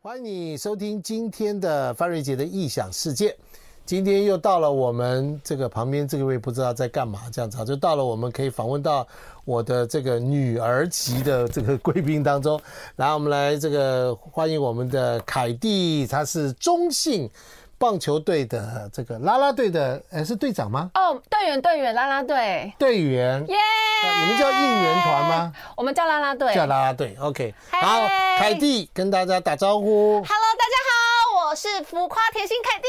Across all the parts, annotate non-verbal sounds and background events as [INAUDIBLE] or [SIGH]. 欢迎你收听今天的范瑞杰的异想世界。今天又到了我们这个旁边这位不知道在干嘛这样子啊，就到了我们可以访问到我的这个女儿级的这个贵宾当中。来，我们来这个欢迎我们的凯蒂，她是中信棒球队的这个啦啦队的，呃，是队长吗？哦，队员队员啦啦队，队员，耶、那你们叫应援团吗？我们叫啦啦队。叫 Hello，啦啦队。OK，嗨好，凯蒂跟大家打招呼。大家好，我是浮夸甜心凯蒂，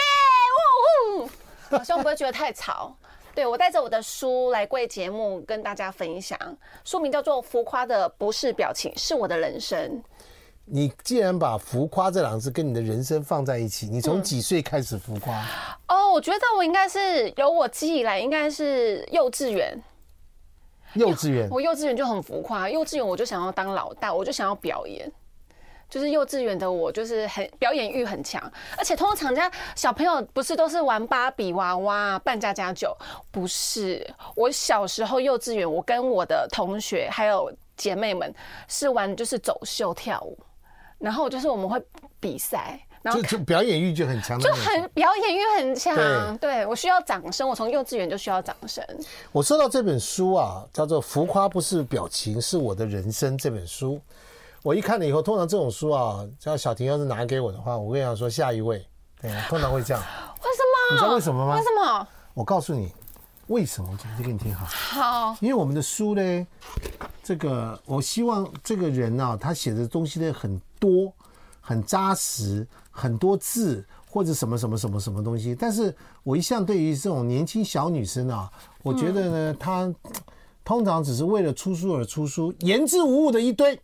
耶、呜呜！好像不会觉得太 [LAUGHS] 吵。对，我带着我的书来贵节目跟大家分享，书名叫做《浮夸的不是表情，是我的人生》。你既然把浮夸这两个字跟你的人生放在一起，你嗯从几岁开始浮夸？哦，我觉得我应该是有我记忆以来，应该是幼稚园。幼稚园我幼稚园就很浮夸，幼稚园我就想要当老大，我就想要表演。就是幼稚园的我，就是很表演欲很强，而且通常人家小朋友不是都是玩芭比娃娃、扮家家酒，不是。我小时候幼稚园，我跟我的同学还有姐妹们是玩就是走秀跳舞，然后就是我们会比赛，然后就就表演欲就很强的就那种。很表演欲很强。对我需要掌声，我从幼稚园就需要掌声。我收到这本书啊，叫做《浮夸不是表情，是我的人生》这本书，我一看了以后，通常这种书啊，像小婷要是拿给我的话，我跟你讲说下一位，对，啊通常会这样。为什么？你知道为什么吗为什么？我告诉你为什么，我讲这给你听好。好，因为我们的书呢，这个我希望这个人啊，他写的东西呢很多，很扎实，很多字或者什么什么什么什么东西。但是我一向对于这种年轻小女生啊，我觉得呢，她通常只是为了出书而出书，言之无物的一堆。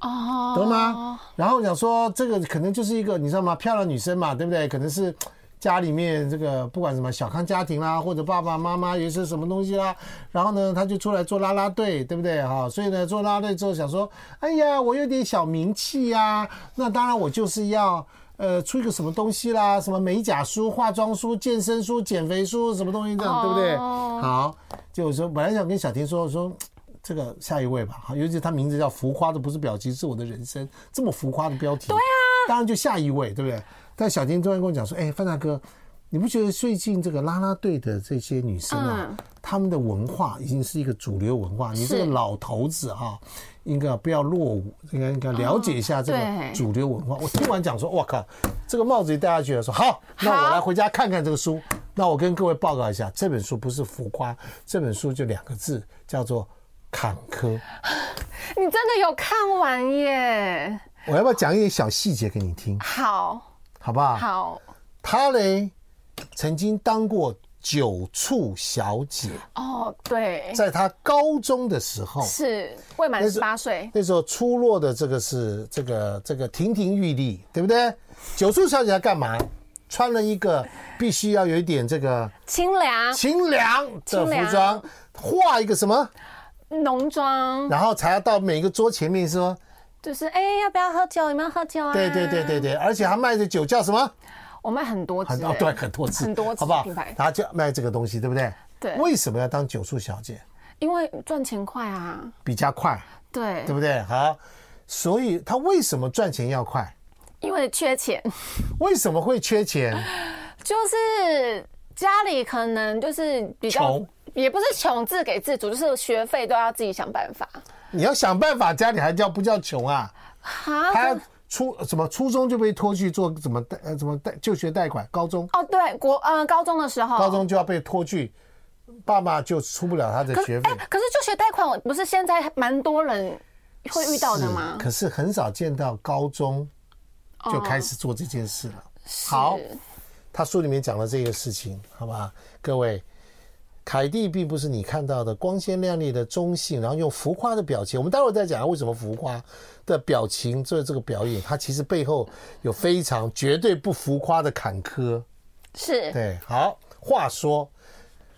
哦，懂吗？然后想说这个可能就是一个你知道吗？漂亮女生嘛，对不对？可能是家里面这个不管什么小康家庭啦，或者爸爸妈妈有一些什么东西啦，然后呢，她就出来做啦啦队，对不对？哈、所以呢，做啦啦队之后想说，哎呀，我有点小名气呀、那当然我就是要。呃，出一个什么东西啦？什么美甲书、化妆书、健身书、减肥书，什么东西这样，对不对？哦好，就我说本来想跟小婷说，我说这个下一位吧，好，尤其他名字叫浮夸的，不是表情，是我的人生，这么浮夸的标题，对啊，当然就下一位，对不对？但小金突然跟我讲说，哎、范大哥，你不觉得最近这个啦啦队的这些女生啊，她们的文化已经是一个主流文化，你这个嗯是老头子啊，应该不要落伍，应该应该了解一下这个哦对主流文化。我听完讲说，我靠，这个帽子一戴下去了，说好，那我好来回家看看这个书。那我跟各位报告一下，这本书不是浮夸，这本书就两个字，叫做坎坷。你真的有看完耶？我要不要讲一点小细节给你听，好好不好？好她嘞曾经当过九处小姐，哦，对，在她高中的时候，是未满十八岁，那时候出落的这个是这个这个亭亭玉立，对不对？九处小姐她干嘛？穿了一个必须要有一点这个清凉清凉的嗯清凉服装，画一个什么，浓妆，然后才要到每个桌前面说，就是哎、要不要喝酒？有没有喝酒啊？对对对，对对，而且还卖的酒叫什么？我卖很多支、很哦，对，很多次，很多次好不好品牌？他就卖这个东西，对不对？对为什么要当九处小姐？因为赚钱快啊，比较快，对，对不对？好，所以他为什么赚钱要快？因为缺钱， [LAUGHS] 为什么会缺钱？就是家里可能就是比较穷。也不是穷，自给自足，就是学费都要自己想办法。你要想办法，家里还叫不叫穷啊？哈，他真的初什么初中就被拖去做怎么贷呃怎么贷就学贷款，高中哦，对，国呃高中的时候，高中就要被拖去，爸爸就出不了他的可是学哎、费。可是就学贷款，我不是现在蛮多人会遇到的吗是？可是很少见到高中就开始做这件事了。好，是他书里面讲了这个事情，好吧，各位。凯蒂并不是你看到的光鲜亮丽的中性，然后用浮夸的表情。我们待会儿再讲为什么浮夸的表情做这个表演，它其实背后有非常绝对不浮夸的坎坷。是，对，好，话说，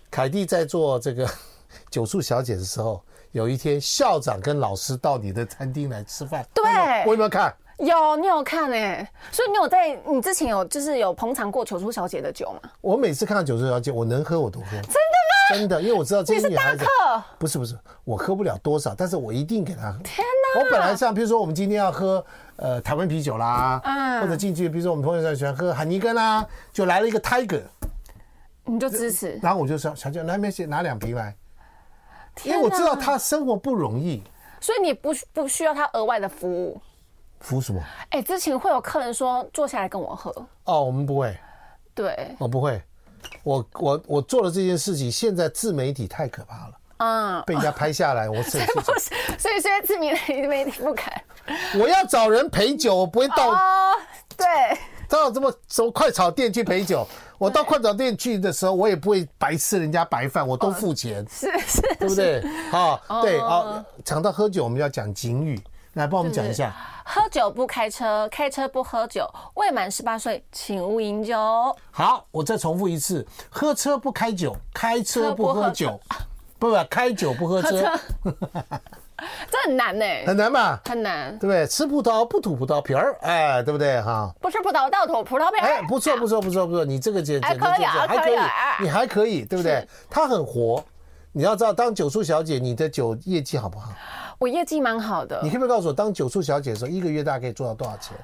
凯蒂在做这个 [LAUGHS] 九处小姐的时候，有一天校长跟老师到你的餐厅来吃饭，对我有没有看？有你有看哎、所以你有在你之前有就是有捧场过球叔小姐的酒吗？我每次看到九处小姐，我能喝我都喝，真的吗？真的，因为我知道这些女孩子你是大客，啊不是不是，我喝不了多少，但是我一定给她喝。天哪！我本来像比如说我们今天要喝呃台湾啤酒啦，嗯或者近期比如说我们同学很喜欢喝海尼根啦、就来了一个 Tiger，你就支持。然后我就说小姐那边拿两瓶来，因天为我哪知道，他生活不容易，所以你不需不需要他额外的服务。服什么？哎、之前会有客人说坐下来跟我喝，哦，我们不会，对，我不会，我我我做了这件事情，现在自媒体太可怕了，嗯，被人家拍下来，我 [LAUGHS] 自己去不是， [LAUGHS] 所以现在自媒体媒体不敢我要找人陪酒，我不会到哦，对，到这么什么快炒店去陪酒。我到快炒店去的时候，我也不会白吃人家白饭，我都付 [LAUGHS] 钱，是是，对不对？好，对哦。讲到喝酒，我们要讲警语，来帮我们讲一下。喝酒不开车，开车不喝酒，未满十八岁请勿饮酒。好，我再重复一次：喝车不开酒，开车不喝酒，不不，开酒不 [LAUGHS] 喝车，这很难呢、很难吧？很难对。不对？吃葡萄不吐葡萄皮儿，哎，对不对？哈。不吃葡萄倒吐葡萄皮儿。哎，不错不错不错不错，你这个简哎简直就可以是啊还可可以以啊啊，你还可以，对不对是？她很活，你要知道，当酒宿小姐，你的酒业绩好不好？哎我业绩蛮好的你，可不可以告诉我，当酒宿小姐的时候，一个月大概可以做到多少钱？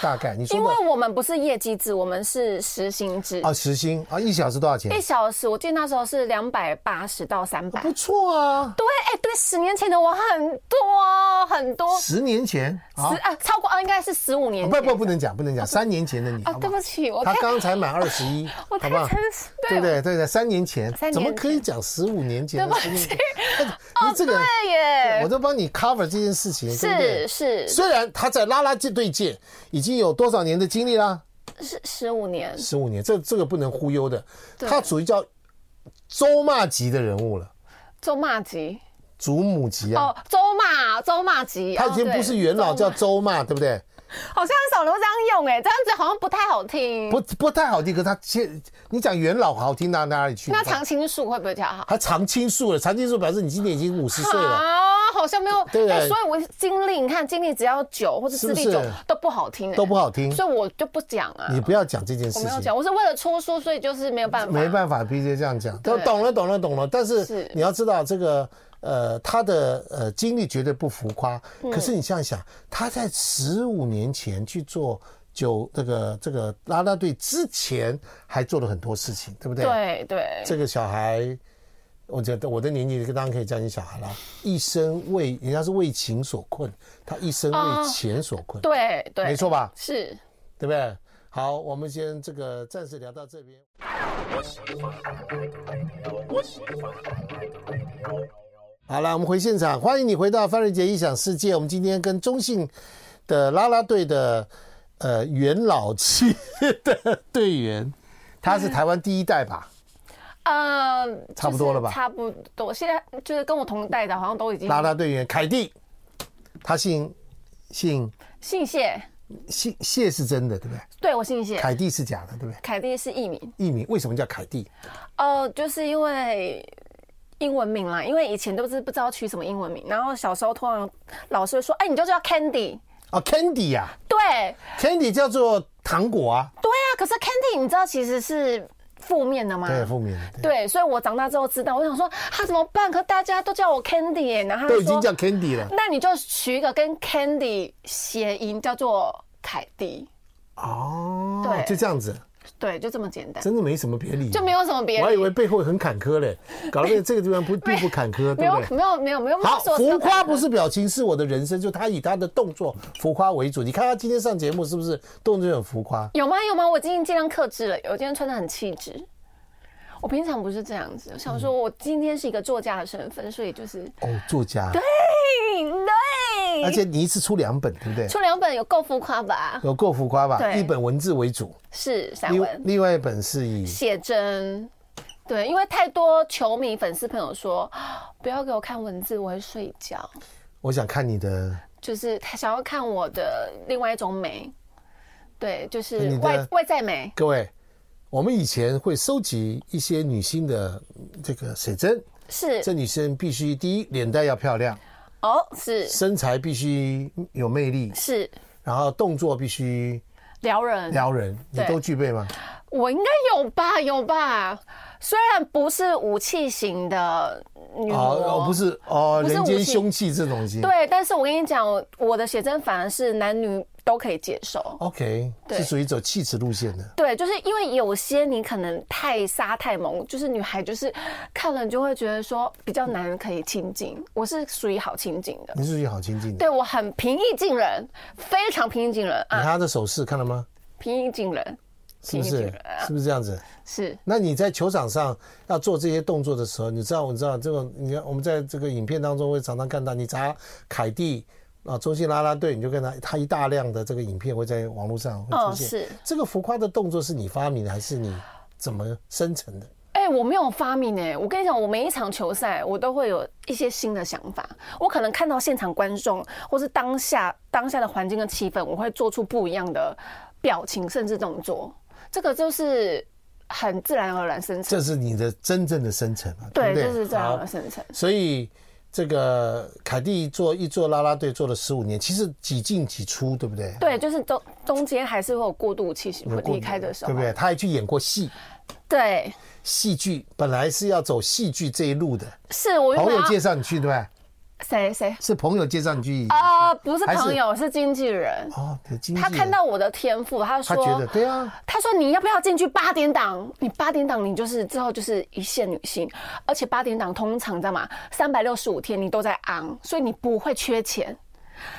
大概你说哦因的为我们不是业绩制，我们是时薪制。啊，时薪啊，一小时多少钱一？小时，我记得那时候是两百八十到三百。哦不错啊，对，哎、对，十年前的我很多很多，十十年前啊，哦啊超过啊，应该是十五年不前不不能讲不能讲，三年前的你，啊，好不对好不？起，我她太刚才满二十一，好 [LAUGHS] 我太不好诚？实，对对不对？对对，三年前三年前怎么可以讲十五年前 [LAUGHS] 对的不事情？哎起，你这个对耶，我都帮你 cover 这件事情，对不对是？是虽然他在拉拉界队界已经有多少年的经历啦？是十五年，十五年，这这个不能忽悠的。对他属于叫周骂级的人物了，周骂吉祖母级啊。哦，周骂周骂吉，他以前哦不是元老，对叫周周骂，对不对？骂好像很少人会这样用哎，这样子好像不太好听。不不太好听，可他现你讲元老好听到哪里去？那你看常青树会不会比较好？他常青树了，常青树表示你今年已经五十岁了，啊，好像没有，对哎所以我经历，你看经历只要酒或者是资不是历酒都不好听，哎都不好听。所以我就不讲啊，你不要讲这件事我没有情，讲，我是为了出书，所以就是没有办法，没办法，必须这样讲。都对懂了，懂了，懂了。但是是你要知道，这个呃，他的呃经历绝对不浮夸。嗯可是你想想，他在十五年前去做酒这个这个拉拉队之前，还做了很多事情，对不对？对对，这个小孩，我觉得我的年纪当然可以叫你小孩啦。一生为人家是为情所困，他一生为哦钱所困，对对，没错吧？是。对不对？好，我们先这个暂时聊到这边。好了，我们回现场，欢迎你回到范瑞杰异想世界。我们今天跟中信的啦啦队的呃元老级的队员，他是台湾第一代吧？呃，差不多了吧就是差不多，现在就是跟我同代的，好像都已经啦啦队员凯蒂，他姓姓姓谢，姓谢是真的，对不对？对我姓谢，凯蒂是假的，对不对？凯蒂是艺名，艺名为什么叫凯蒂？哦，就是因为英文名啦，因为以前都是不知道取什么英文名，然后小时候通常老师会说，哎、你就叫 Candy，哦，Candy 呀、对 c a n d y 叫做糖果啊。对啊，可是 Candy 你知道其实是负面的吗？对，负面的。啊对，所以我长大之后知道，我想说他怎么办？可大家都叫我 Candy 耶、然后他都就已经说叫 Candy 了。那你就取一个跟 Candy 谐音，叫做凯蒂。哦，对就这样子，对，就这么简单，真的没什么别理由，就没有什么别我还以的。为背后很坎坷 [LAUGHS] 嘞，搞了半天这个地方不并不坎坷，没对有不对？没有没有没有，好，没有浮夸不是表情，是我的人生，就他以他的动作浮夸为主。你看他今天上节目是不是动作很浮夸？有吗有吗？我今天尽量克制了，我今天穿的很气质。我平常不是这样子，我想说嗯我今天是一个作家的身份，所以就是哦，作家，对而且你一次出两本，对不对？出两本有够浮夸吧？有够浮夸吧？对一本文字为主，是散另文。另外一本是以写真。对，因为太多球迷粉丝朋友说，不要给我看文字，我会睡觉。我想看你的就是他想要看我的另外一种美，对，就你是的外外在美。各位，我们以前会收集一些女星的嗯这个写真，是这女生必须第一脸蛋要漂亮，哦，是身材必须有魅力，是然后动作必须撩人，撩人，你对都具备吗？我应该有吧，有吧。虽然不是武器型的女哦，模，哦不是哦，不是人武间器凶器这种型，对，但是我跟你讲，我的写真反而是男女都可以接受。 OK，对是属于走气质路线的。对，就是因为有些你可能太杀太猛，就是女孩就是看了就会觉得说比较难可以亲近。我是属于好亲近的，你是属于好亲近的。对我很平易近人，非常平易近人你啊，看他的手势看了吗？平易近人，是不平易是近人？啊是不是这样子？是那你在球场上要做这些动作的时候，你知道，你知道这个，你看我们在这个影片当中会常常看到，你查凯蒂啊，中信啦啦队，你就跟他他一大量的这个影片会在网络上会出哦现。是这个浮夸的动作是你发明的，还是你怎么生成的？哎、我没有发明哎、我跟你讲，我每一场球赛，我都会有一些新的想法。我可能看到现场观众，或是当下当下的环境跟气氛，我会做出不一样的表情甚至动作。这个就是很自然而然生成，这是你的真正的生成嘛？对，不对？就是自然好而然生成。所以这个凯蒂做一做啦啦队做了十五年，其实几进几出，对不对？对，就是中中间还是会有过渡期，有过，离开的时候，对不对？他还去演过戏，对戏剧本来是要走戏剧这一路的，是我原朋本友要介绍你去，对不对？谁谁是朋友介绍你去啊、不是还是朋友，是经纪人。哦，你的经纪他人看到我的天赋，他他说觉得对啊，他说：“你要不要进去八点档？你八点档，你就是之后就是一线女星，而且八点档通常你知道吗？三百六十五天你都在昂，所以你不会缺钱。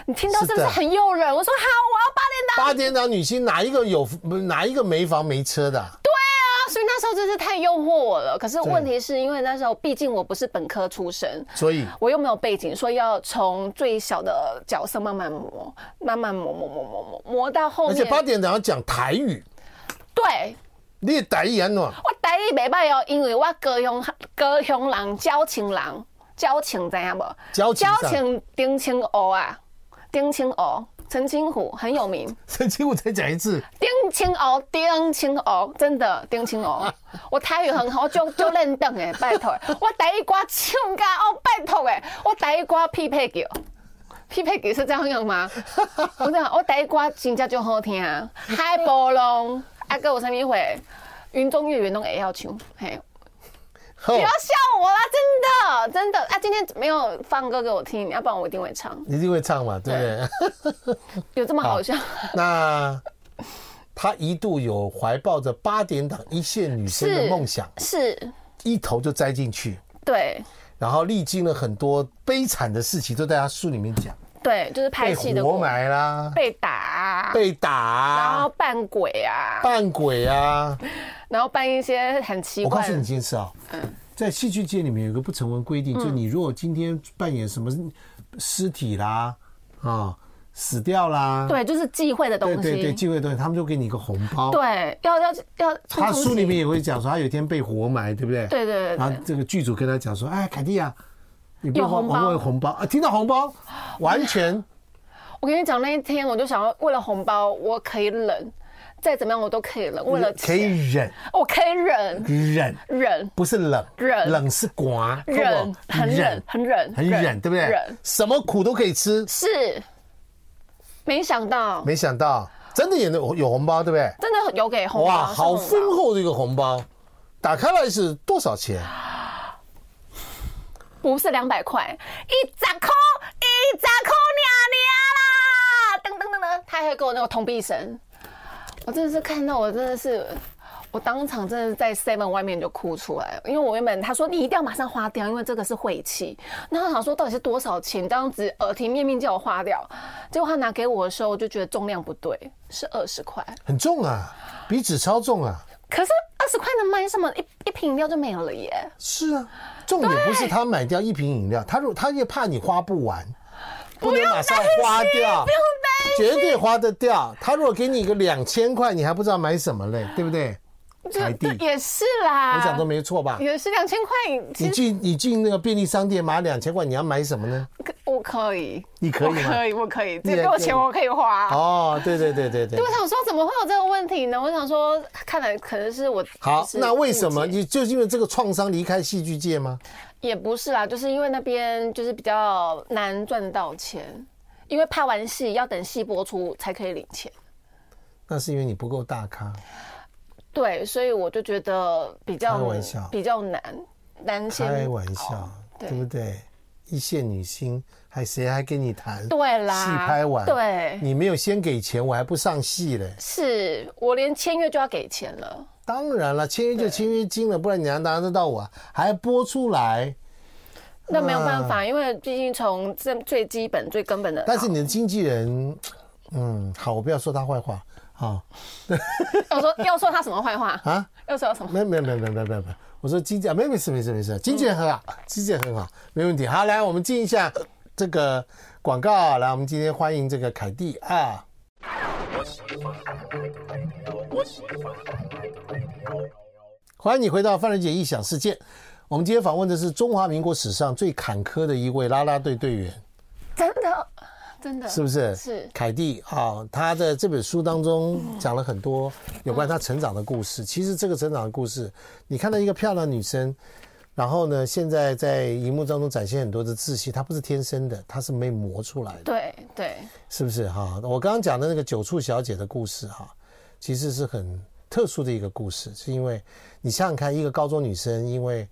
你听到是不是是的很诱人？我说好，我要八点档。啊八点档女星哪一个有哪一个没房没车的啊？对啊，所以那时候真是太诱惑我了。可是问题是因为那时候毕竟我不是本科出身，所以我又没有背景，所以要从最小的角色慢慢磨，慢慢磨磨磨磨磨磨到后而且面。八点档要讲台语，对，你台语喏，我台语袂歹哦，因为我高雄高雄人，交情人，交情知影无？交情上情丁青湖啊，丁青湖，陈清湖很有名，神经我再讲一次，丁青湖，丁青湖，真的丁青湖。我台语很好，我就就认得诶，拜托，我台语歌唱甲哦，拜托诶，我台语歌匹配叫。匹配给是这样用 [LAUGHS] 吗？我讲我台语歌真正就好听、啊，海波浪，啊，搁有啥物会？云中月圆拢会晓唱，嘿，吼哦不要，笑我啦，真的真的啊！今天没有放歌给我听，要不然我一定会唱。你一定会唱嘛，对不对？ [LAUGHS] 有这么好笑？那他一度有怀抱着八点档一线女生的是梦想，是，一头就栽进去，对然后历经了很多悲惨的事情，都在他书里面讲，对，就是拍被戏的活过埋啦，被打、啊，被打然啊后，扮鬼啊，扮鬼啊。然后扮一些很奇我告怪诉你一的。件事啊，嗯在戏剧界里面有个不成文规定，就你如果今天扮演什么尸体啦，啊，死掉啦，对，就是忌讳的东对西。对对，忌讳的东西，他们就给你一个红包。对要要要。他书里面也会讲说，他有一天被活埋，对不对？对对对然对后，这个剧组跟他讲说，哎，凯蒂啊，你不要有红包我有红包啊，听到红 [LAUGHS] 包完全我跟你讲，那一天我就想要，为了红包，我可以忍，再怎么样我都可以忍，为了可钱哦以忍我可以忍忍，忍不是冷忍冷是刮，忍，很忍很忍很忍，对不对？忍什么苦都可以吃，是，没想到，没想到真的也能有红包，对不对？真的有给红包，哇，是好红包丰厚的一个红包，打开来是多少钱？不是两百块，一扎扣，一扎扣娘娘啦，噔噔噔噔，他还给我那个铜币绳，我真的是看到我真的是。我当场真的在 Seven 外面就哭出来了，因为我原本他说你一定要马上花掉，因为这个是晦气。那我想说到底是多少钱？你这样子耳提面命叫我花掉，结果他拿给我的时候，我就觉得重量不对，是二十块。很重啊，比纸超重啊。可是二十块能买什么？一一瓶饮料就没有了耶。是啊，重点不是他买掉一瓶饮料，他如他也怕你花不完，不能马上花掉，绝对花得掉。他如果给你一个两千块，你还不知道买什么嘞，对不对？这台地这，也是啦，我讲都没错吧？也是两千块，你其实进你进那个便利商店买两千块，你要买什么呢？可我可以，你可以吗我可以，啊我可以，你只给我可以钱我可以花。哦，对对对对对对，我。想说怎么会有这个问题呢？我想说，看来可能是我好就，是那为什么误解你就是因为这个创伤离开戏剧界吗？也不是啦，就是因为那边就是比较难赚到钱，因为拍完戏要等戏播出才可以领钱。那是因为你不够大咖。对，所以我就觉得比较开玩笑比较难，难先开玩熬笑，哦对对不对？一线女星，还谁还跟你谈？对啦，戏拍完，对，你没有先给钱，我还不上戏嘞。是我连签约就要给钱了，当然了，签约就签约金了，不然你还拿得到我，啊还播出来。那没有办法，因为毕竟从这最基本、最根本的，嗯但是你的经纪人，嗯，好，我不要说他坏话啊要哦说要说他什么坏话，啊，要说什么？没有没有没有没有没有没有没有，我说经纪人，没没事没事没事，经纪人很好，经纪人很好，没问题。好，来我们进一下这个广告，来我们今天欢迎这个凯蒂啊。欢迎你回到范仁杰异想世界。我们今天访问的是中华民国史上最坎坷的一位啦啦队队员，真的，真的是不是？是凯蒂啊，他的这本书当中讲了很多有关他成长的故事。其实这个成长的故事，你看到一个漂亮女生，然后呢，现在在荧幕当中展现很多的自信，她不是天生的，她是被磨出来的，对对，是不是哈、我刚刚讲的那个九处小姐的故事哈、其实是很特殊的一个故事，是因为你想想看，一个高中女生因为。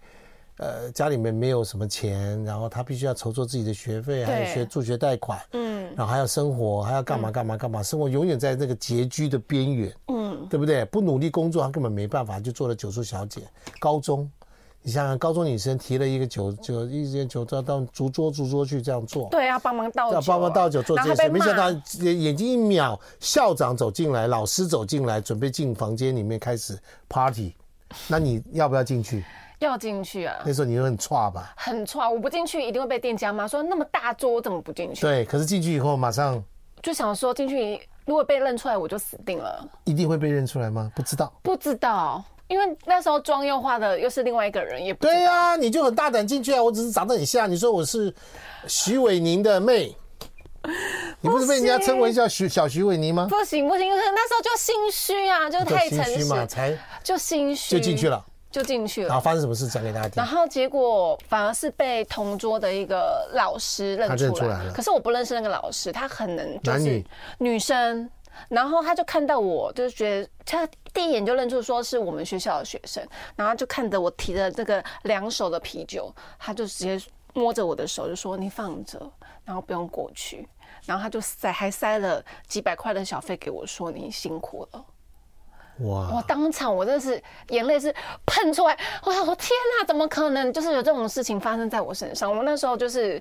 呃，家里面没有什么钱，然后她必须要筹措自己的学费，还有对学助学贷款，嗯，然后还要生活，还要干嘛干嘛干嘛，生活永远在这个拮据的边缘，嗯，对不对？不努力工作，她根本没办法，就做了九叔小姐。高中，你想想，高中女生提了一个酒酒一些酒到到竹桌竹桌去这样做，对，要帮忙倒酒，啊要帮忙倒酒做然这后件还事，没被骂想到眼眼睛一秒，校长走进来，老师走进来，准备进房间里面开始 party，那你要不要进去？要进去啊，那时候你会很差吧？很差，我不进去一定会被店家骂，说那么大桌我怎么不进去？对，可是进去以后马上就想说进去如果被认出来我就死定了，一定会被认出来吗？不知道。不知道，因为那时候妆又化的又是另外一个人，也不对呀、你就很大胆进去啊！我只是长得很像，你说我是徐伟宁的妹，你不是被人家称为叫徐小徐伟宁吗？不行不行，就是那时候就心虚啊，就是太心诚虚实，嗯嘛，才就心虚就进去，了。就进去然了。后发生什么事讲给大家听然。后结果反而是被同桌的一个老师认他出认来，出来了可是我不认识那个老师，他很能就男是女女生，然后他就看到我，就是觉得他第一眼就认出说是我们学校的学生，然后就看着我提着这个两手的啤酒，他就直接摸着我的手就说你放着，然后不用过去，然后他就塞还塞了几百块的小费给我说你辛苦了。我哇，当场我真的是眼泪是喷出来，我想说天哪、怎么可能就是有这种事情发生在我身上？我那时候就是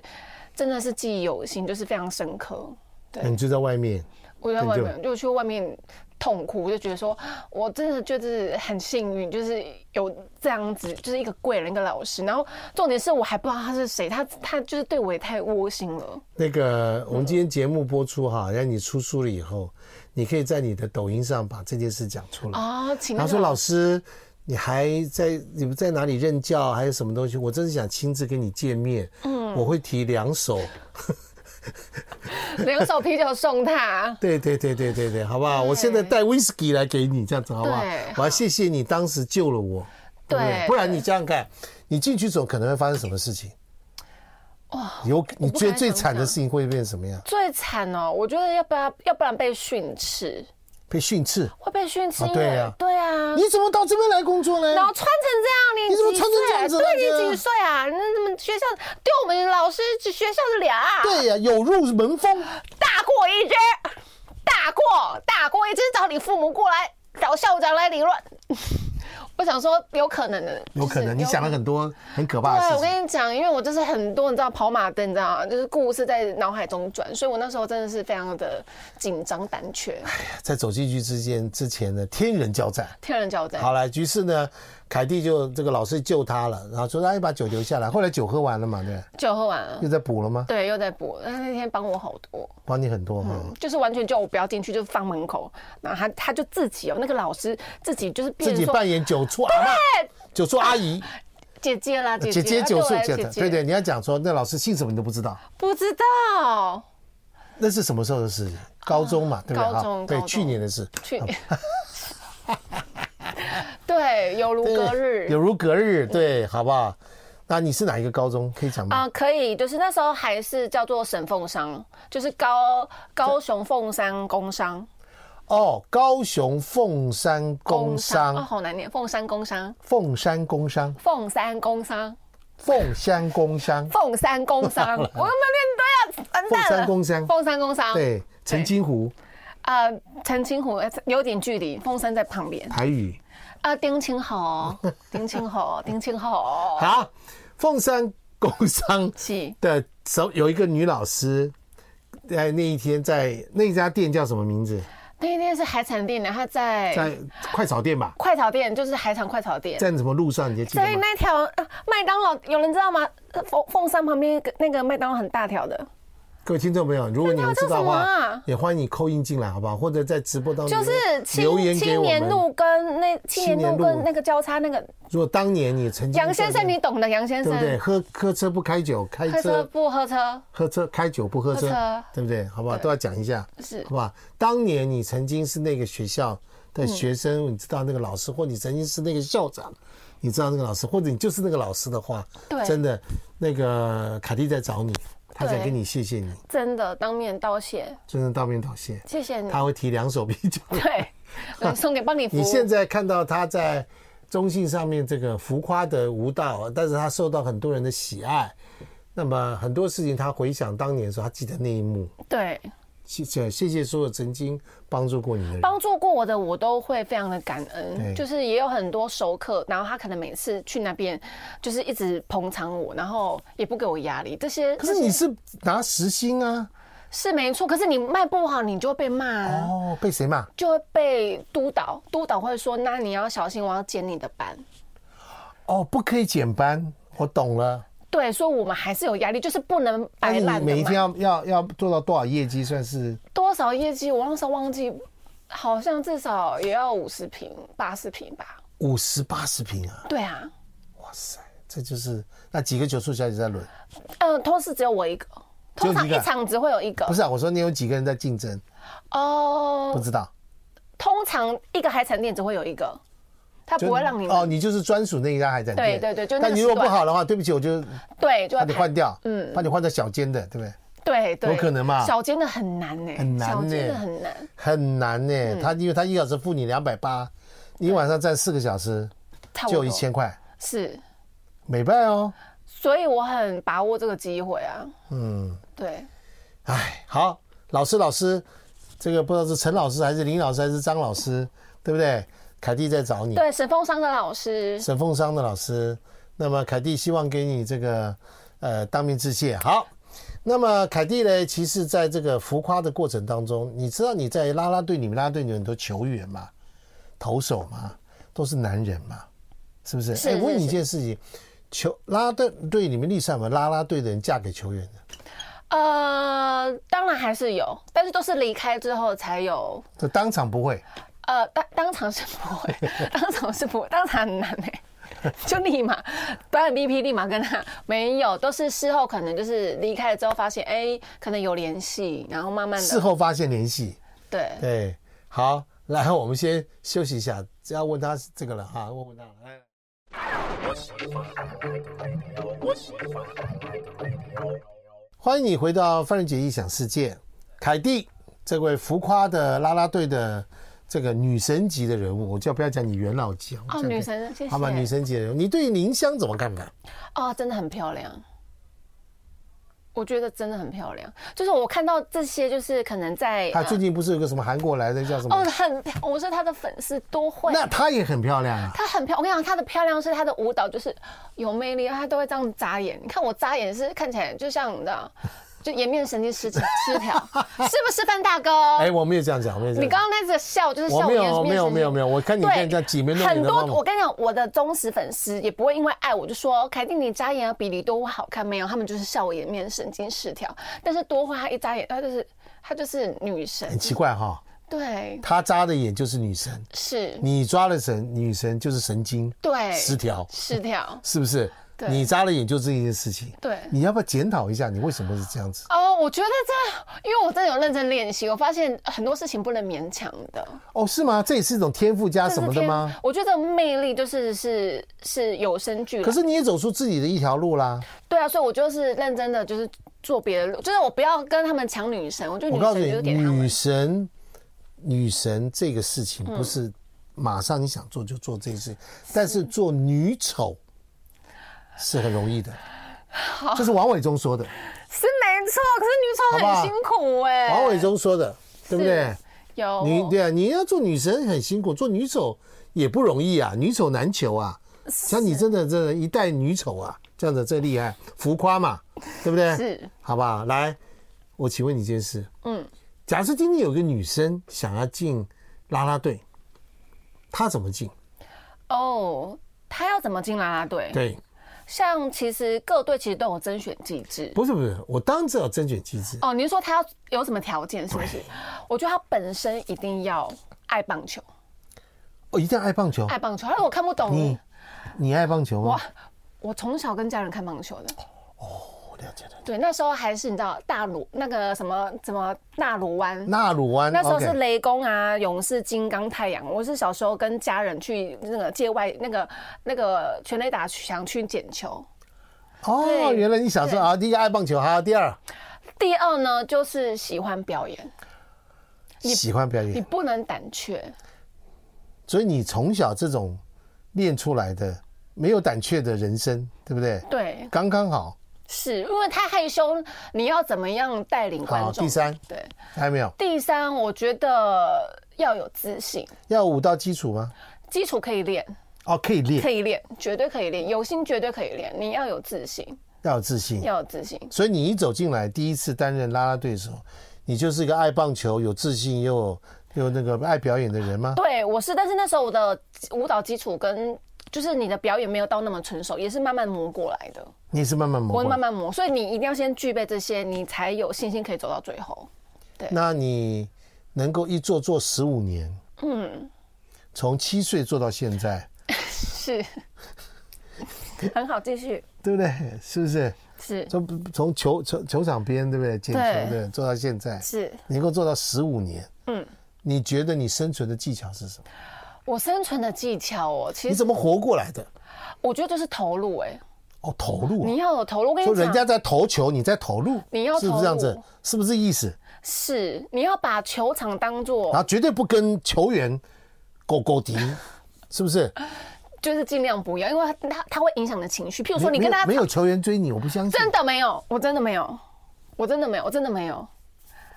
真的是记忆犹新，就是非常深刻。对你就在外面，我在外面就去外面痛哭，就觉得说我真的就是很幸运，就是有这样子，就是一个贵人，一个老师。然后重点是我还不知道他是谁，他他就是对我也太窝心了。那个我们今天节目播出哈，嗯让你出书了以后，你可以在你的抖音上把这件事讲出来。啊，请他那说：“个老师，你还在你们在哪里任教，还有什么东西？我真是想亲自跟你见面。嗯，我会提两手。，两手啤酒送他 [LAUGHS] 对对对对对对，好不好？我现在带 whisky 来给你，这样子好不好对？我要谢谢你当时救了我，对不对？对不然你想想看，你进去总可能会发生什么事情？哇，有你不觉得敢最想惨的象事情会变成什么样？最惨哦，我觉得要不要要不然被训斥。被训斥。会被训斥啊因为，对啊对啊，你怎么到这边来工作呢？ [LAUGHS] 然后穿成这样，你你怎么几穿成岁这样子呢这对样你几岁啊？你怎么学校对我们老师学校的脸啊？对呀、有入门风。大过一只，大过大过一只，找你父母过来，找校长来理论。 [LAUGHS] 我想说，有可能的，有可能，就是你想了很多很可怕的对，事我情。跟你讲，因为我就是很多，你知道跑马灯，你知道吗？就是故事在脑海中转，所以我那时候真的是非常的紧张胆怯，在走进去之间之前呢，天人交战。天人交战。好了，于是呢，凯蒂就这个老师救他了，然后说哎让你把酒留下来。后来酒喝完了嘛，对，酒喝完了又，在补了吗？对，又在补，但是那天帮我好多。帮你很多哈。就是完全叫我不要进去，就放门口。然后他他就自己哦，那个老师自己就是变自成己说扮演酒醋阿嬷、酒醋阿姨、姐姐啦， [LAUGHS] 姐姐呃姐啊酒醋对我来姐姐姐，姐，对对，你要讲说那老师姓什么你都不知道，不知道，那是什么时候的事情？高中嘛，对不对？啊高啊中对，高中去年的事，去年。 [LAUGHS] 对，有如隔日嗯有如隔日，对，好不好？那你是哪一个高中？可以讲啊、吗？可以，就是那时候还是叫做省凤商，就是高高雄凤山工商，哦，高雄凤山工哦，商，好难念，凤山工商，凤山工商，凤山工商，凤香工商， [LAUGHS] 凤山工 [LAUGHS] 商，我有没有念对啊？完蛋了凤山工商凤山工商，，对，陈金湖呃，澄清湖呃有点距离，凤山在 [LAUGHS] 旁边。台语。呃啊，丁清河， [LAUGHS] 丁清河，丁清河，好，凤山工商是的首有一个女老师，在那一天在那家店叫什么名字？那一天是海产店的，他在在快炒店吧，快炒店，就是海产快炒店，在什么路上？你就记在得吗？那条呃麦当劳，有人知道吗？呃凤凤山旁边那个那个麦当劳很大条的，各位听众朋友，如果你们知道的那叫什么话啊，也欢迎你扣音进来，好不好？或者在直播当中就是嗯留青言给青我年们。路跟那青年路青年跟路那个交叉那个如果当年你曾经杨先在生，那你懂的，杨先对生不，对？喝喝车不开酒，开喝车车不喝车喝车开酒不喝车喝车，对不对？好不好？都要讲一下，是好不好？当年你曾经是那个学校嗯的学生，你知道那个老师，或你曾经是那个校长，你知道那个老师，或者你就是那个老师的话，对真的，那个凯蒂在找你，他想对跟你谢谢你，真的当面道谢，真的道面道谢，谢谢你，他会提两手啤 [LAUGHS] 酒。对，嗯送给帮你服你现务，在看到他在中性上面这个浮夸的舞蹈，但是他受到很多人的喜爱。那么很多事情，他回想当年的时候，他记得那一幕。对。谢谢谢谢所有曾经帮助过你的人。帮助过我的，我都会非常的感恩。对就是也有很多熟客，然后他可能每次去那边，就是一直捧场我，然后也不给我压力。这些可是这些你是拿时薪啊？是没错，可是你卖不好，你就会被骂、啊，哦，被谁骂？就会被督导。督导会说：“那你要小心，我要减你的班。哦，不可以减班，我懂了。”对，所以我们还是有压力，就是不能那摆你烂每一的天嘛。要要要做到多少业绩算是？多少业绩？我那时候忘记，好像至少也要五十平、八十平吧。五十八十平啊！对啊，哇塞，这就是那几个九处小姐在轮。呃，通时只有我一个，只有通常你一个一场只会有一个不。是啊，我说你有几个人在竞争？不哦，知道。通常一个海产店只会有一个，他就不会让你哦，你就是专属那一家海产店。对对对就那个但你如果时不段好的话，对不起，我就对，就把会你排换 [LAUGHS] 掉，嗯，把你换到小间的，对不对？对对，有可能嘛小间的很难呢，很难欸小呢间的很难，很难嗯呢，他因为他一小时付你两百八，你晚上站四个小时差不就多一千块，是，美败哦。所以我很把握这个机会啊，嗯，对，哎，好，老师老师，这个不知道是陈老师还是林老师还是张老师，对不对？凯蒂在找你，对，沈风商的老师，沈凤商的老师。那么凯蒂希望给你这个呃当面致谢。好，那么凯蒂呢，其实在这个浮夸的过程当中，你知道你在啦啦队里面，啦啦队有很多球员嘛，投手嘛，都是男人嘛，是不是？是哎，是问你一是件事情，球啦啦队队里面历史上有没有啦啦队的人嫁给球员的？呃，当然还是有，但是都是离开之后才有，这当场不会。呃，当当场是不会， [LAUGHS] 当场是不会，当场很难呢、 [LAUGHS] 就立马表演 BP 立马跟他没有，都是事后可能就是离开了之后发现，哎、可能有联系，然后慢慢事的后发现联系。对对，好，来，我们先休息一下，只要问他这个了哈，问问他了。来欢迎你回到范仁杰异想世界，凯蒂这位浮夸的啦啦队的这个女神级的人物，我就不要讲你元老级，我哦，讲给女，神谢谢，好吧，女神级的人物，你对林香怎么看法？哦，真的很漂亮。我觉得真的很漂亮，就是我看到这些，就是可能在她最近不是有个什么韩国来的叫什呃么哦，？很漂，我是她的粉丝都会，啊那她也很漂亮啊，她很漂，我跟你讲，她的漂亮是她的舞蹈就是有魅力，她都会这样眨眼。你看我眨眼是看起来就像你知道，就颜面神经失调 [LAUGHS] 失调，是不是范大哥？哎，我没有这样讲，我没有这你样刚讲。刚那个笑就是我笑没颜有面没有神没有经没有，我看你对，看这样挤眉弄眼很的多方法我跟你讲，我的忠实粉丝也不会因为爱我就说哦凯蒂你眨眼啊要比李多慧好看，没有，他们就是笑我颜面神经失调。但是多慧她一眨眼，她就是她就是女神很，奇怪哈、对，他扎的眼就是女神，是，你抓的神女神就是神经对，失调，失调，是不是？对你扎的眼就这一件事情，对你要不要检讨一下你为什么是这样子？哦，我觉得这，因为我真的有认真练习，我发现很多事情不能勉强的。哦，是吗？这也是一种天赋加什么的吗天？？我觉得魅力就是是是有生俱来可。是你也走出自己的一条路啦。对啊，所以我就是认真的，就是做别的路，就是我不要跟他们抢女神，我就我女告诉神你就是，给他女们。神，女神这个事情嗯不是马上你想做就做这个事情，但是做女丑，是很容易的。这是王伟忠说的，是没错，可是好女丑不好很辛苦哎、王伟忠说的，对不对是？有哦你对啊，你要做女神很辛苦，做女丑也不容易啊，女丑难求啊。像你真的真的，一代女丑啊，这样子最厉害，浮夸嘛，对不对？是，好吧。来，我请问你一件事，嗯，假设今天有个女生想要进啦啦队，她怎么进？哦，他要怎么进啦啦队？对，像其实各队其实都有甄选机制。不是不是，我当然知道甄选机制，哦，您说他要有什么条件是不是？我觉得他本身一定要爱棒球，哦，嗯一定要爱棒球，爱棒球。因为我看不懂，你你爱棒球吗哇？我从小跟家人看棒球的。我了解了解。对，那时候还是你知道大鲁那个什么什么大鲁湾，纳鲁湾，那时候 OK 是雷公啊、勇士、金刚、太阳。我是小时候跟家人去那个界外那个那个全垒打想去捡球。哦，对原来你小时候啊，第一个爱棒球，好，第二第二呢，就是喜欢表哎演，喜欢表你演，不能胆怯。所以你从小这种练出来的没有胆怯的人生，对不对？对，刚刚好，是因为太害羞，你要怎么样带领观好众？第三对，还没有第三，我觉得要有自信，要舞蹈基础吗？基础可以练，哦，可以练可，以练，绝对可以练，有心绝对可以练。你要有自信，要有自信。要有自信。所以你一走进来，第一次担任啦啦队的时候，你就是一个爱棒球、有自信又有又那个爱表演的人吗？对，我是，但是那时候我的舞蹈基础跟就是你的表演没有到那么成熟，也是慢慢磨过来的，你也是慢慢我磨会过来慢。慢磨，所以你一定要先具备这些，你才有信心可以走到最后。那你能够一做做十五年，嗯，从七岁做到现在，是，很好，继续对不对？是不是？是从从球球球场边，对不对？捡对球的做到现在，是。你能够做到十五年，嗯，你觉得你生存的技巧是什么？我生存的技巧哦，其你实怎么活过来的？我觉得就是投入哎、哦，投入、啊你，要有投入。我跟说你人家讲，在投球，你在投入，你要是不是这样子投入？是不是意思？是你要把球场当然做后绝对不跟球员勾勾 [LAUGHS] 敌，是不是？就是尽量不要，因为它它它会影响你的情绪。譬如说你没跟有他没有球员追你，我不相信真的没有，我真的没有，我真的没有，我真的没有，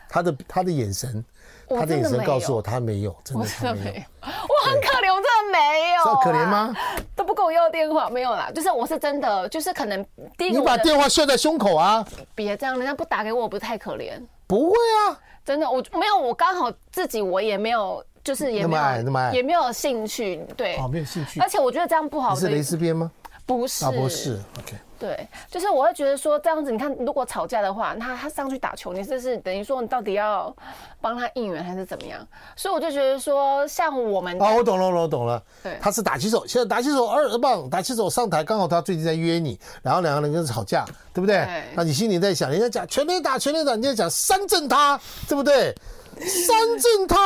他的他的眼神，我他的真眼的神没告诉有我。他没有，真我的真他的没有没。有，我很可怜，我真的没有、这啊，可怜吗？都不跟我要电话，没有啦，就是我是真的，就是可能第一你个把我的电话秀在胸口啊？别这样，人家不打给我，不是太可怜，不会啊，真的，我没有，我刚好自己我也没有，就是也那没么有爱那么爱也没有兴趣，对，哦，没有兴趣而。且我觉得这样不好你是的，蕾丝边吗？不是，啊，不是，OK。对，就是我会觉得说这样子，你看，如果吵架的话，那他上去打球，你这是等于说你到底要帮他应援还是怎么样？所以我就觉得说，像我们哦，我懂了，我懂了对。他是打击手，现在打击手二棒，打击手上台，刚好他最近在约你，然后两个人跟吵架，对不对对？那你心里在想，人家讲全垒打，全垒打，人家讲三振他，对不对？三振他，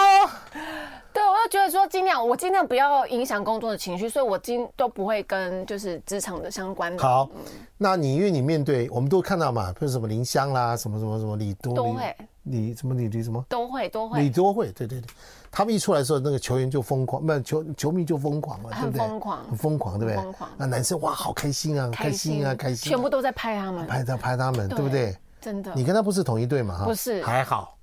对我就觉得说，尽量我尽量不要影响工作的情绪，所以我今都不会跟就是职场的相关的。好，那你因为你面对，我们都看到嘛，比如什么林湘啦，什么什么什么李多都会李李什么李李什么都会都李会多惠，对对对，他们一出来的时候，那个球员就疯狂，不球球迷就疯狂了，对不对？很疯狂很疯狂，对不对？疯狂那男生哇，好开心啊，开心啊，开心啊，全部都在拍他们，拍他拍他们，对不对？真的你。跟他不是同一队嘛？哈，不是还好。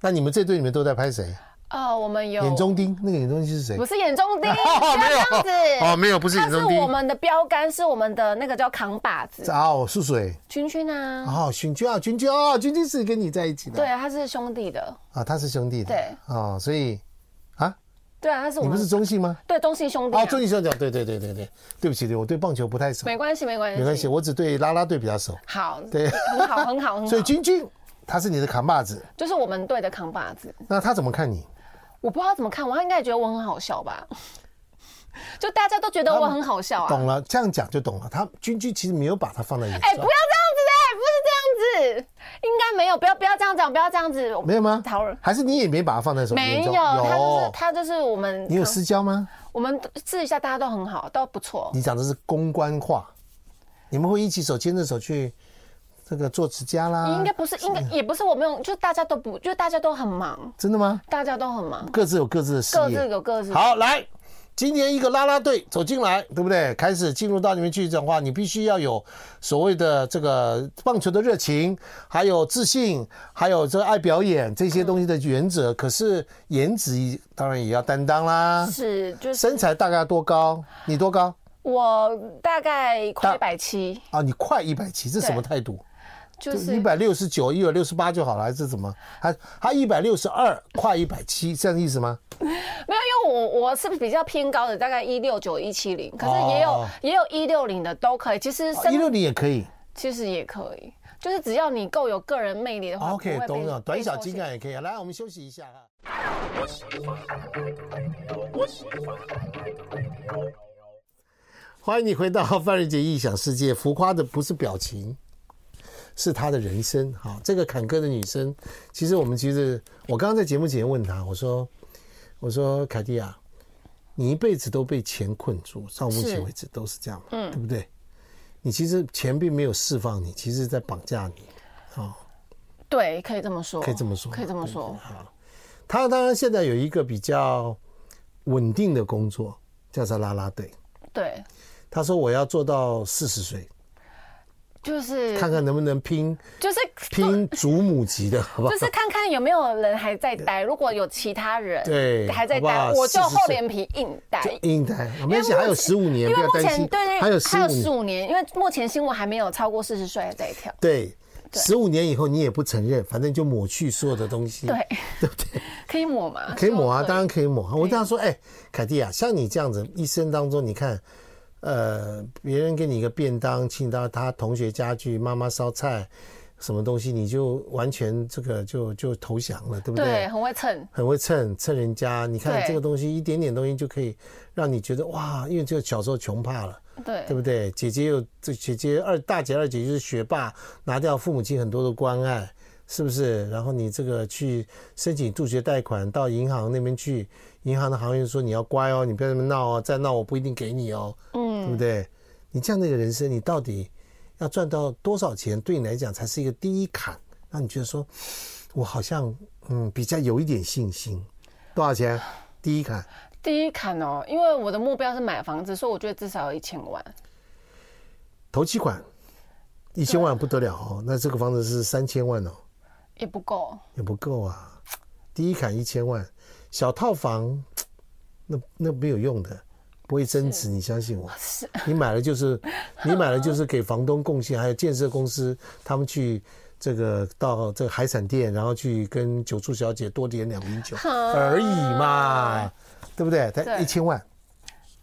那你们这队里面都在拍谁？哦，我们有眼中钉，那个眼中钉是谁不？是眼 [LAUGHS] 中钉，哦不要这样子没有哦没有不是眼他中是钉我们的标杆，是我们的那个叫扛把子，哦，是谁？君君啊。哦，君君啊，君君啊，君君是跟你在一起的。对啊，他是兄弟的，啊，他是兄弟的。对。哦，所以啊，对啊，他是我你们们是中信吗？对中信兄弟、啊啊，中信兄弟。对对对对对，对不起，对我对棒球不太熟，没关系，没关系，没关系，。我只对啦啦队比较熟。好，对，很好，很好，很好。 [LAUGHS] 所以君君他是你的扛把子，就是我们队的扛把子，那他怎么看你？我不知道怎么看，我他应该也觉得我很好笑吧？ [LAUGHS] 就大家都觉得我很好笑啊！懂了，这样讲就懂了。他君君其实没有把他放在眼哎、上不要，这样子哎、不是这样子，应该没有，不要不要这样讲，不要这样子，没有吗？桃儿还是你也没把他放在手没眼有，中？他就是他就是我们，你有私交吗？我们私底下大家都很好，都不错。你讲的是公关话，你们会一起手牵着手去这个做指甲啦？应该不是，应该也不是我没有，就大家都不，就大家都很忙，真的吗？大家都很忙，各自有各自的事各自业。有各自。好，来，今天一个啦啦队走进来，对不对？开始进入到里面去的话，你必须要有所谓的这个棒球的热情，还有自信，还有这个爱表演这些东西的原则。可是颜值当然也要担当啦。是就是身材大概要多高？你多高我大概快大一百七，啊？你快一百七，这什么对态度？就就是一百六十九、一百六十八就好了，还是怎么？还还一百六十二，快一百七，这样的意思吗？没有，因为我我是比较偏高的，大概一六九一七零，可是也有、哦也有一六零的都可以，其实一身、六零也可以。其实也可以，就是只要你够有个人魅力的话哦 OK，懂了，短小精。啊不会被被受限干也可以。来，我们休息一下啊。欢迎你回到范瑞杰异想世界。浮夸的不是表情，是她的人生。好，这个坎坷的女生，其实我们其实，我刚刚在节目前问她，我说，我说凯蒂亚，你一辈子都被钱困住，到目前为止都是这样，嗯，对不对？你其实钱并没有释放你，其实是在绑架你。对，可以这么说，可以这么说可以这么说。他当然现在有一个比较稳定的工作，叫做啦啦队。对，他说我要做到四十岁，嗯就是看看能不能拼就是拼祖母级 [LAUGHS] 的，好不好就？是看看有没有人还在待，如果有其他人对还在好不好待，我就40岁厚脸皮硬待。应该，我因们为想还有目十五年，因不为要目担前心，对对，还有十五十年，五年，因为目前新闻还没有超过四十岁还在跳。对，十五年以后你也不承认，反正就抹去所有的东西，对，嗯 [LAUGHS] 对不对？可以抹吗？可以抹啊，希望当然可以抹啊。我这样说，哎，凯蒂啊，像你这样子，一生当中，你看，呃，别人给你一个便当，请到他同学家去，妈妈烧菜，什么东西，你就完全这个就就投降了，对不对，很会蹭。很会蹭蹭人家，你看对这个东西一点点东西就可以让你觉得哇，因为这个小时候穷怕了，对对不对？姐姐有这姐姐二大姐二姐就是学霸，拿掉父母亲很多的关爱，是不是？然后你这个去申请助学贷款，到银行那边去，银行的行员说你要乖哦，你不要那么闹哦，再闹我不一定给你哦，嗯，对不对？你这样的一个人生，你到底要赚到多少钱，对你来讲才是一个第一坎，让你觉得说，我好像嗯比较有一点信心，多少钱？第一坎第一坎哦，因为我的目标是买房子，所以我觉得至少有一千万。头期款一千万不得了哦，那这个房子是三千万哦，也不够，也不够啊。第一坎一千万，小套房，那那没有用的，不会增值，你相信我。是你买了 [LAUGHS] 就是，你买了就是给房东贡献，还有建设公司他们去这个到这个海产店，然后去跟九处小姐多点两瓶酒 [LAUGHS] 而已嘛，对不对？才啊对一千万，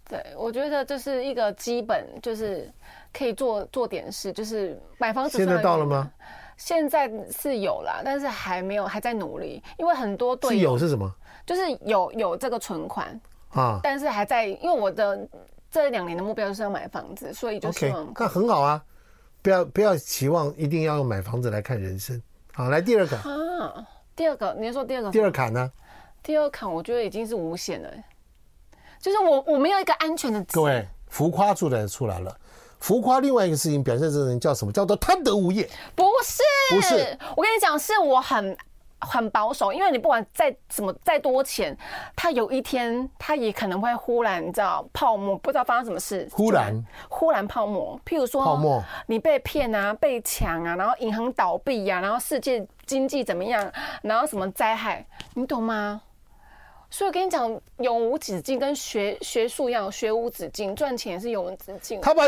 对，我觉得这是一个基本，就是可以做做点事，就是买房子。现在到了吗？？现在是有啦，但是还没有，还在努力，因为很多是队友有是什么就是有有这个存款，啊但是还在，因为我的这两年的目标就是要买房子，所以就希？OK，望那很好啊，不要不要期望一定要用买房子来看人生。好，来第二个，啊。第二个，你说第二个，第二坎呢？第二坎，我觉得已经是无险了，就是我我没有一个安全的各位，浮夸出来出来了。浮夸另外一个事情表现这个人叫什么？叫做贪得无厌。不是，不是，我跟你讲，是我很很保守，因为你不管再怎么再多钱，他有一天他也可能会忽然你知道泡沫，不知道发生什么事，忽然就忽然泡沫，譬如说泡沫你被骗啊，被抢啊，然后银行倒闭呀、啊，然后世界经济怎么样，然后什么灾害，你懂吗？所以我跟你讲，永无止境，跟学学术一样，学无止境，赚钱也是永无止境。他把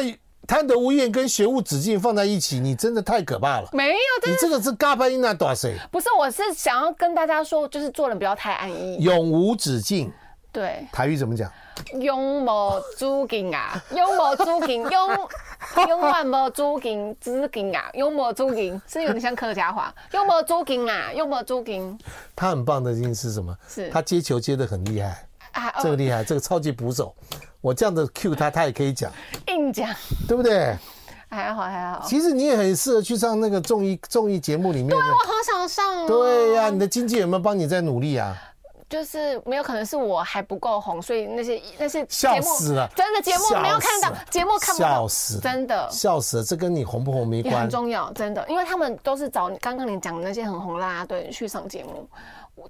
贪得无厌跟学无止境放在一起，你真的太可怕了。没有，这你是这个是嘎巴因那多谁？不是，我是想要跟大家说，就是做人不要太安逸。永无止境，对，台语怎么讲？永无止境啊， [LAUGHS] 永无止境，永永远无止境，止境啊，永无止境，是有点像客家 [LAUGHS] 话，永无止境啊，永无止境他很棒的一件事是什么？是他接球接得很厉害，啊，这个哦、厉害，这个超级捕手。我这样的 Q 他，他也可以讲，硬讲对不对？还好还好。其实你也很适合去上那个综艺综艺节目里面的。我好想上哦，对呀、你的经纪人有没有帮你在努力啊？就是没有可能是我还不够红，所以那些那些节笑目死了真的节目没有看到笑死了，节目看不到，笑死了真的笑死了，这跟你红不红没也关很。重要，真的，因为他们都是找你刚刚你讲的那些很红啦，对，去上节目，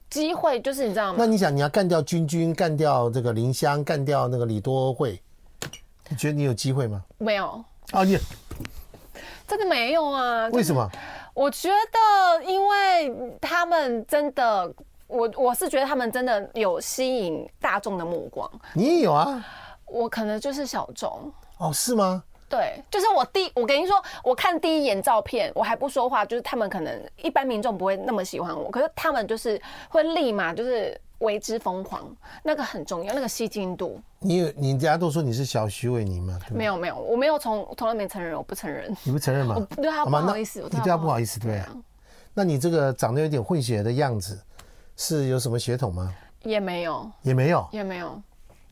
机会，就是你知道吗那？你想，你要干掉君君，干掉这个林湘，干掉那个李多惠，你觉得你有机会吗？没有，啊，你真的没有啊。为什么？我觉得，因为他们真的，我我是觉得他们真的有吸引大众的目光，你也有啊？我可能就是小众。哦，是吗？对，就是我第，我跟你说，我看第一眼照片，我还不说话，就是他们可能一般民众不会那么喜欢我，可是他们就是会立马就是为之疯狂，那个很重要，那个吸睛度。你有，你人家都说你是小徐伟宁嘛，对不对没有没有，我没有从从来没承认，我不承 [LAUGHS] 认。你不承认吗我？对他好吗啊不好啊那意思我你对他对他不不好好意思，对不嗯对？那你这个长得有点混血的样子，是有什么血统吗？也没有，也没有。也没有。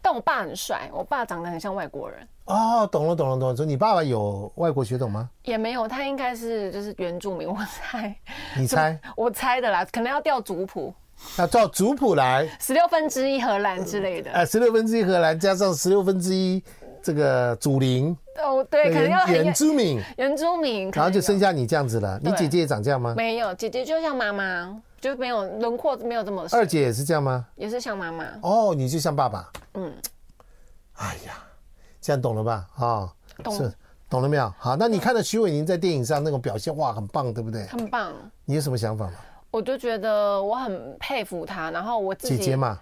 但我爸很帅，我爸长得很像外国人，哦，懂了，懂了，懂了。说你爸爸有外国血统吗？也没有，他应该是就是原住民，我猜，你猜？ [LAUGHS] 我猜的啦，可能要调族谱，那照族谱来， [LAUGHS] 十六分之一荷兰之类的。呃，十六分之一荷兰加上十六分之一这个祖灵，哦，对，可能要原原住民，原住民，可然后能就有剩下你这样子了。你对姐姐也长这样吗？没有姐姐就像妈妈，就没有轮廓没有这么深二姐也是这样吗？也是像妈妈。哦，你就像爸爸。嗯，哎呀，这样懂了吧？啊、懂是懂了没有？好，那你看到徐伟宁在电影上那种表现，哇，很棒，对不对？很棒。你有什么想法吗？我就觉得我很佩服她，然后我自姐己姐嘛，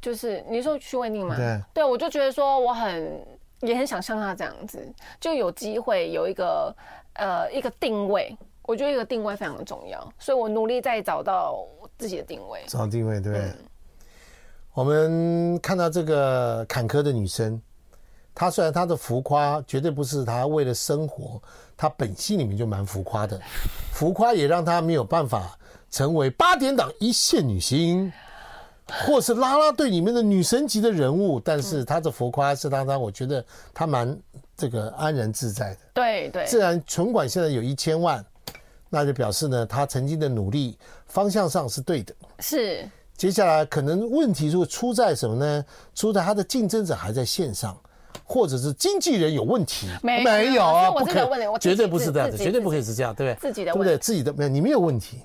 就是你说徐伟宁嘛，对我就觉得说我很也很想像她这样子，就有机会有一个呃一个定位，我觉得一个定位非常的重要，所以我努力在找到我自己的定位。找定位，对不对？我们看到这个坎坷的女生，她虽然她的浮夸绝对不是她为了生活，她本性里面就蛮浮夸的，浮夸也让她没有办法成为八点档一线女星，或是啦啦队里面的女神级的人物。但是她的浮夸是让她，我觉得她蛮这个安然自在的。对对，自然存款现在有一千万，那就表示呢，她曾经的努力方向上是对的。是接下来可能问题就出在什么呢？出在他的竞争者还在线上，或者是经纪人有问题。没没有啊，是我不自己可的问题我自己绝对不是这样子，自己绝对不可以是这样，对不对？自己的对不问对？自己的没有，你没有问题，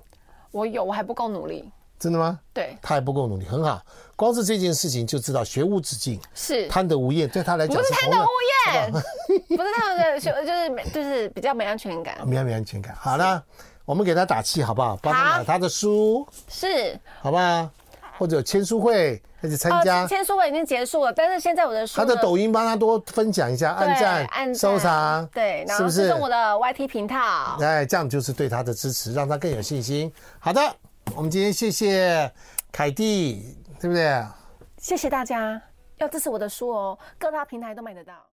我有，我还不够努力。真的吗？对，他还不够努力，很好。光是这件事情就知道学无止境，是贪得无厌，对他来不讲是同贪得样无厌， [LAUGHS] 不是他们的就就是没就是比较没安全感。没有没有安全感。好了，我们给他打气好不好？帮他好买他的书，是，好不好？或者有签书会，他去参加呃，。签书会已经结束了，但是现在我的书他呢的抖音帮他多分享一下，对按赞、按赞收藏，对，然是后不是是？我的 YT 频道，哎，这样就是对他的支持，让他更有信心。好的，我们今天谢谢凯蒂，对不对？谢谢大家，要支持我的书哦，各大平台都买得到。